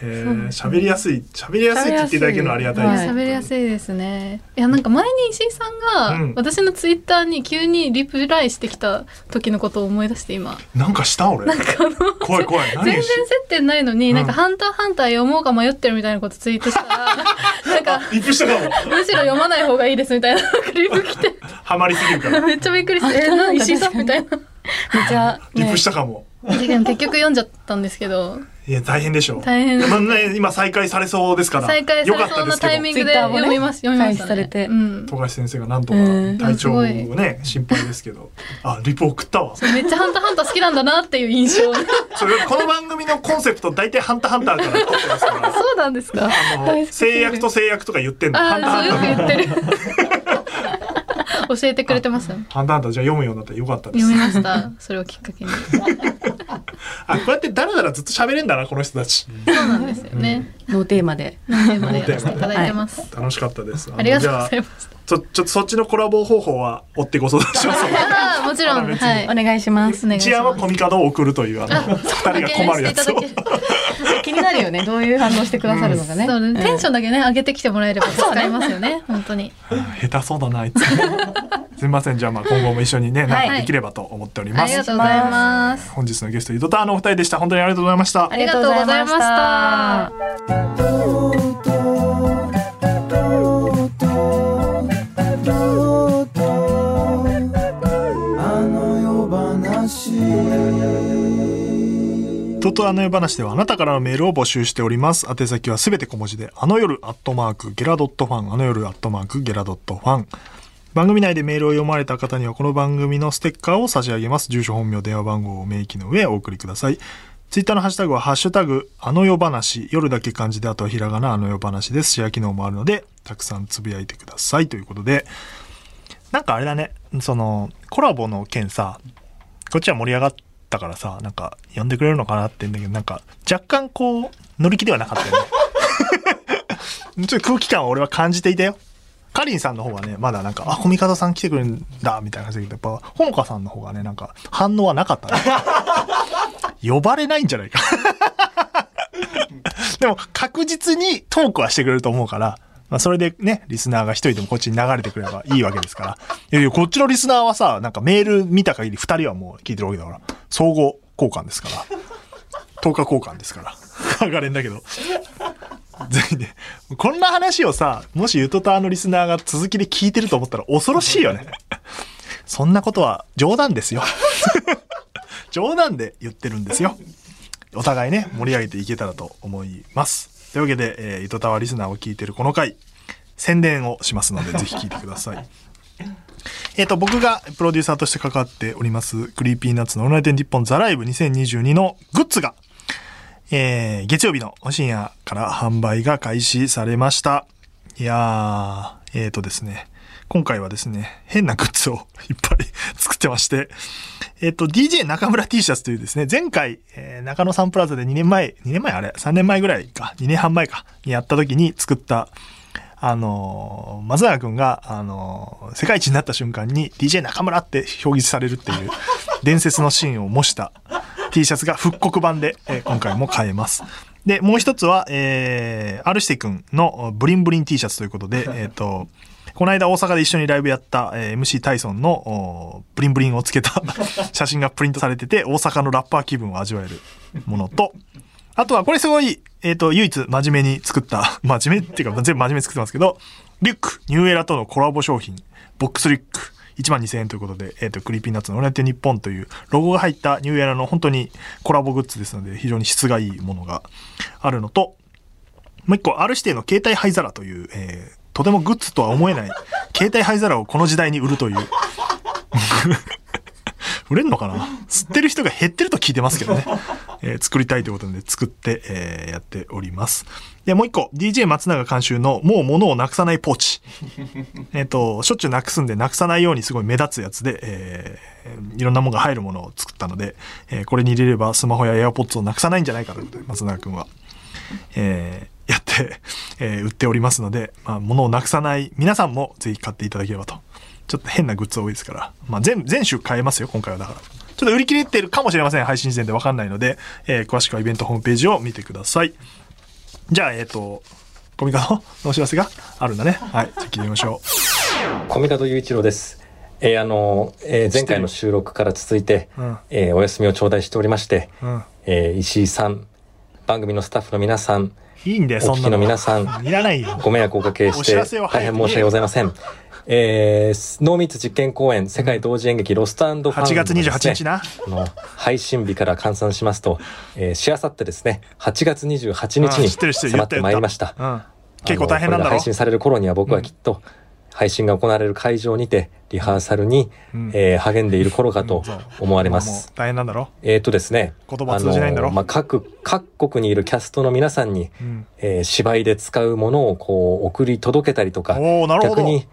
へえ、喋りやすい。喋りやすいって言っていただけるのはありがたいです。はい喋りやすいですね。いやなんか前に石井さんうんが私のツイッターに急にリプライしてきた時のことを思い出して今。なんかした俺。怖い怖い。何全然接点ないのに、うんなんかハンターハンター読もうか迷ってるみたいなことツイート したら、なんかリップしたかも。むしろ読まない方がいいですみたいなリプ来て、ハマりすぎるから。めっちゃびっくりして、あえそうなんだなん石井さんみたいな。めっちゃリッねプしたかも。で結局読んじゃったんですけど、いや、大変でしょ。大変まあね今再開されそうですから。再開されそうなタイミングで読みます、読みました、ね。ツイッターもね開始されてうん。富樫先生がなんとかうん体調をあね、心配ですけど。あ、リプ送ったわ。めっちゃハンターハンター好きなんだなっていう印 象。それこの番組のコンセプト大体ハンターハンターから撮ってますから。そうなんですかあの制約と制約とか言ってんの。ハンターあハあ、ンそうよタくー。言ってる。教えてくれてます。ハンターハンターじゃあ読むようになったらよかったです読。みました。それをきっかけに。そあ、こうやってだらだらずっと喋れんだな、この人たち。 うなんですよね。ノーテーマで。何でもやらせていただいてます。楽しかったです。のありがとうござじゃいあました。ちょ、ちょっとそっちのコラボ方法は追ってご相談し ます。ああ、もちろん、はおい。願いしま す。お願いし一案はまコミカドを送るという、あ の、二人が困るやつを。だけしていた だ 気になるよね。どういう反応してくださるのかす。ね。そうね、テンションンだけね、上げてきてもらえれば使えますよね、本当に。 下手そうだな、あいつ。すみません。じゃあ、まあ、今後も一緒にね、なんかできればと思っておりあまりす。がとうございます。本日のゲスト、ゆとたわのお二人でした。本当にありがとうございましたあ。りがとうございましありがたとう。あの夜話ととあの夜話ではあなたからのメールを募集しております。宛先はすべて小文字で、あの夜アットマークゲラドットファン、あの夜アットマークゲラドットファン。番組内でメールを読まれた方にはこの番組のステッカーを差し上げます。住所、本名、電話番号を明記の上お送りください。ツイッターのハッシュタグは、ハッシュタグ、あの夜話、夜だけ漢字で、あとはひらがな、あの夜話です。シェア機能もあるので、たくさんつぶやいてください。ということで、なんかあれだね、その、コラボの件さ、こっちは盛り上がったからさ、なんか、呼んでくれるのかなって言うんだけど、なんか、若干こう、乗り気ではなかったよね。ちょっと空気感を俺は感じていたよ。かりんさんの方はね、まだなんか、あ、コミカドさん来てくれるんだ、みたいな感じだけど、やっぱ、ほのかさんの方がね、なんか、反応はなかった、ね。呼ばれないんじゃないか。 でも、確実にトークはしてくれると思うから、まあ、それでね、リスナーが一人でもこっちに流れてくればいいわけですから。いやいや、こっちのリスナーはさ、なんかメール見た限り二人はもう聞いてるわけだから、総合交換ですから。10日交換ですから。上がれんだけど。ぜひね、こんな話をさ、もしゆとたわのリスナーが続きで聞いてると思ったら恐ろしいよね。そんなことは冗談ですよ。 冗談で言ってるんですよ。お互いね、盛り上げていけたらと思います。というわけで、えー、ゆとたわリスナーを聞いてるこの回、宣伝をしますので、ぜひ聞いてください。えっ、と、僕がプロデューサーとして関わっております、クリーピーナッツのオールナイトニッポンザライブ2022のグッズが、えー、月曜日の深夜から販売が開始されました。いやー、えーとですね、今回はですね、変なグッズをいっぱい作ってまして、えっ、と、DJ 中村 T シャツというですね、前回、えー中野サンプラザで2年前、2年前あれ、3年前ぐらいか、2年半前か、にやった時に作った、あのー、松永くんが、あのー世界一になった瞬間に DJ 中村って表示されるっていう伝説のシーンを模した T シャツが復刻版で、えー今回も買えます。で、もう一つは、えー、アルシティ君のブリンブリン T シャツということで、えっと、この間大阪で一緒にライブやった、えー MC タイソンのおーブリンブリンをつけた 写真がプリントされてて、大阪のラッパー気分を味わえるものと、あとはこれすごい、えっ、と、唯一真面目に作った、 真面目っていうか全部真面目に作ってますけど、リュック、ニューエラとのコラボ商品、ボックスリュック、1万2000円ということで、えっ、と、クリーピーナッツのオレンテ日本というロゴが入ったニューエラの本当にコラボグッズですので、非常に質がいいものがあるのと、もう一個、R 指定の携帯灰皿という、えーとてもグッズとは思えない、携帯灰皿をこの時代に売るという。売れんのかな吸ってる人が減ってると聞いてますけどね。えー作りたいということで作って、えーやっております。で、もう一個、DJ 松永監修のもう物をなくさないポーチ。えっと、しょっちゅうなくすんで、なくさないようにすごい目立つやつで、えーいろんなものが入るものを作ったので、えーこれに入れればスマホやエアポッツをなくさないんじゃないかということで、松永くんは、えーやって、えー売っておりますので、まあ、物をなくさない皆さんもぜひ買っていただければと。ちょっと変なグッズ多いですから、まあ、全、全種買えますよ、今回はだから。ちょっと売り切れてるかもしれません、配信時点でわかんないので、えー詳しくはイベントホームページを見てください。じゃあ、えっ、と、コミカドのお 知らせがあるんだね。はい、じゃあ聞いてみましょう。小湊雄一郎です。えーあの、えー前回の収録から続いて、うんえーお休みを頂戴しておりまして、うんえー石井さん、番組のスタッフの皆さん、いいんだよ、そんなお聞きの皆さんいらないよ。ご迷惑をおかけおし知てらせを早く言大変えよ申し訳ございません。えー、ノーミーツ実験公演世界同時演劇ロストファウンド8月28日な。あの配信日から換算しますと、えー、しあさってですね8月28日うんに知ってる知ってる、言迫っったて言まいりましったた。うん。結構大変なんだろあのこれが配信される頃には僕はきっと、配信が行われる会場にて、リハーサルに、うんえー励んでいる頃かと思われまもうす。大変なんだろえっ、とですね。言葉通じないんだろあのまあ、各、各国にいるキャストの皆さんに、うん。えー芝居で使うものをこう、送り届けたりとか、おおなるほ逆どに、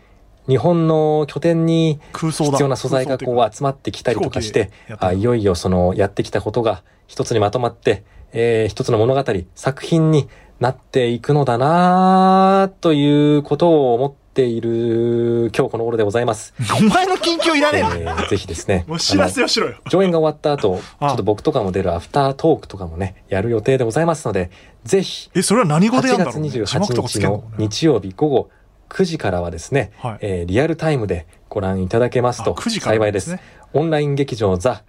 日本の拠点に空想だ。必要な素材がこう集まってきたりとかし飛て行機でやっ、たあいよいよそのやってきたことが一つにまとまって、えー一つの物語、作品になっていくのだなということを思っている今日この頃でございます。お前の緊急いらねええな。。ーぜひですね お知らせあのをしろよ。上演が終わった後、ちあょっと僕とかも出るアフタートークとかもね、やる予定でございますので、ぜひ、え、それは何語でや8んだろ月う、ね、字幕と28かつ日けんのの、ね、日曜日午後9時からはですね、はいえーリアルタイムでご覧いただけますあと9時から幸いでですすね。オンライン劇場ザ、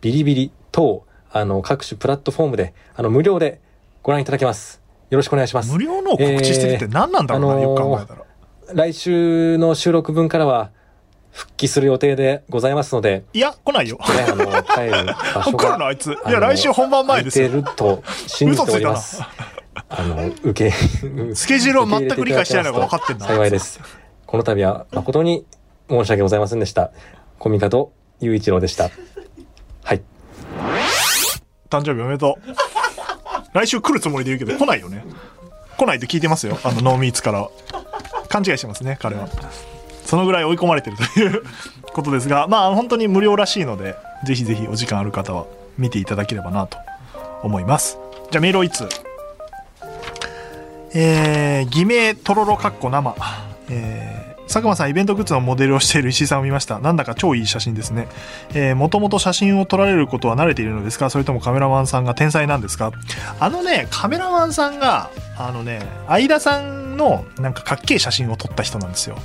ビリビリ等、あの、各種プラットフォームで、あの、無料でご覧いただけます。よろしくお願いします無。料のを告知してるって何なんだろうな、えーよく考えたら。来週の収録分からは、復帰する予定でございますので、いや、来ないよ。ね、あの、帰る場 所来るのがあいつ。いあや、の来週本番前です空いよ。てると信じております。あの、受け、 スケジュールを全く理解してないのが分かってんだ幸いです。この度は誠に申し訳ございませんでした。コミカド雄一郎でした。はい。誕生日おめでとう。来週来るつもりで言うけど、来ないよね。来ないって聞いてますよ。あの、ノーミーツからは。勘違いしてますね、彼は。そのぐらい追い込まれてるということですが、まあ、本当に無料らしいので、ぜひぜひお時間ある方は見ていただければなと思います。じゃあ、メールをいつえー、偽名とろろかっこ生、えー佐久間さんイベントグッズのモデルをしている石井さんを見ましたなんだか超いい写真ですねもともと写真を撮られることは慣れているのですかそれともカメラマンさんが天才なんですかあのねカメラマンさんがあのね相田さんのなんかかっけえ写真を撮った人なんですよ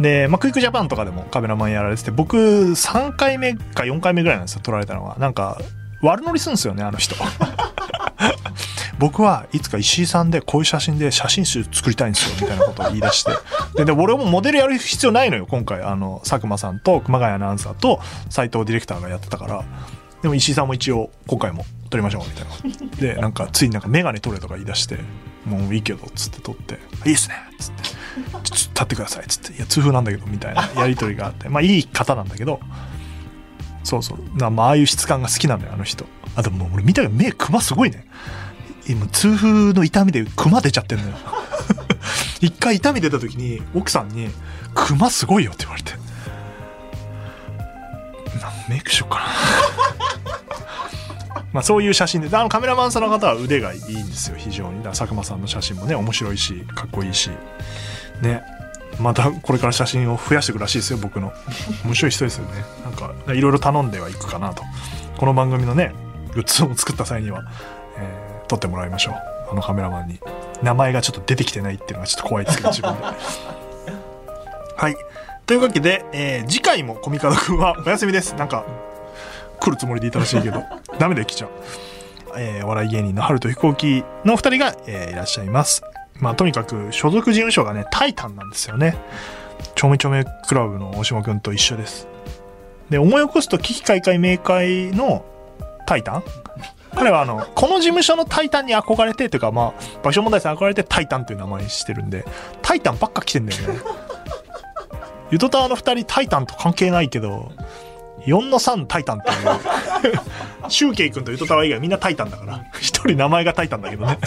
で、まあ、クイックジャパンとかでもカメラマンやられてて僕3回目か4回目ぐらいなんですよ撮られたのはなんか悪乗りするんですよねあの人僕はいつか石井さんでこういう写真で写真集作りたいんですよみたいなことを言い出して でで俺もモデルやる必要ないのよ今回あの佐久間さんと熊谷アナウンサーと斎藤ディレクターがやってたからでも石井さんも一応今回も撮りましょうみたいなでなんかついになんか眼鏡撮れとか言い出して「もういいけど」っつって撮って「いいっすね」っつって「ちょちょっと立ってください」っつって「いや痛風なんだけど」みたいな やり取りがあってまあいい方なんだけどそうそうなまあああいう質感が好きなのよあの人あともう俺見たけど目クマすごいね今痛風の痛みでクマ出ちゃってるのよ 一回痛み出た時に奥さんに「クマすごいよ」って言われてな メイクしようかなまあそういう写真であのカメラマンさんの方は腕がいいんですよ非常にだから佐久間さんの写真もね面白いしかっこいいしねまたこれから写真を増やしていくらしいですよ僕の面白い人ですよねなんかいろいろ頼んではいくかなとこの番組のねグッズを作った際には、えー撮ってもらいましょうあのカメラマンに名前がちょっと出てきてないっていうのがちょっと怖いですけど自分ではいというわけで、えー次回もコミカドくんはお休みですなんか来るつもりでいたらしいけどダメだよ来ちゃう、えーお笑い芸人の春と飛行機のお二人が、えーいらっしゃいますまあとにかく所属事務所がねタイタンなんですよねちょめちょめクラブの大島くんと一緒ですで思い起こすと危機開会明快のタイタン彼はあのこの事務所のタイタンに憧れてというかまあ爆笑問題さんに憧れてタイタンという名前にしてるんでタイタンばっか来てんだよねゆとたわの2人タイタンと関係ないけど4の3タイタンっていうシュウケイ君とゆとたわ以外みんなタイタンだから一人名前がタイタンだけどね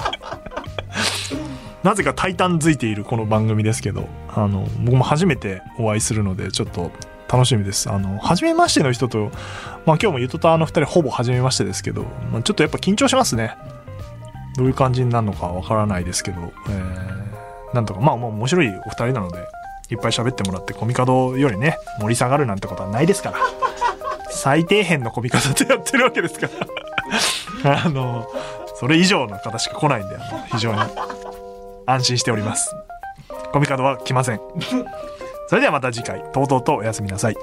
なぜかタイタンづいているこの番組ですけどあの僕も初めてお会いするのでちょっと楽しみですあの初めましての人とまあ、今日もゆとたわの2人ほぼ初めましてですけど、まあ、ちょっとやっぱ緊張しますねどういう感じになるのかわからないですけど、えーなんとかまあもう面白いお二人なのでいっぱい喋ってもらってコミカドよりね盛り下がるなんてことはないですから最底辺のコミカドとやってるわけですから あのそれ以上の方しか来ないんであの非常に安心しておりますコミカドは来ませんそれではまた次回とうとうとおやすみなさい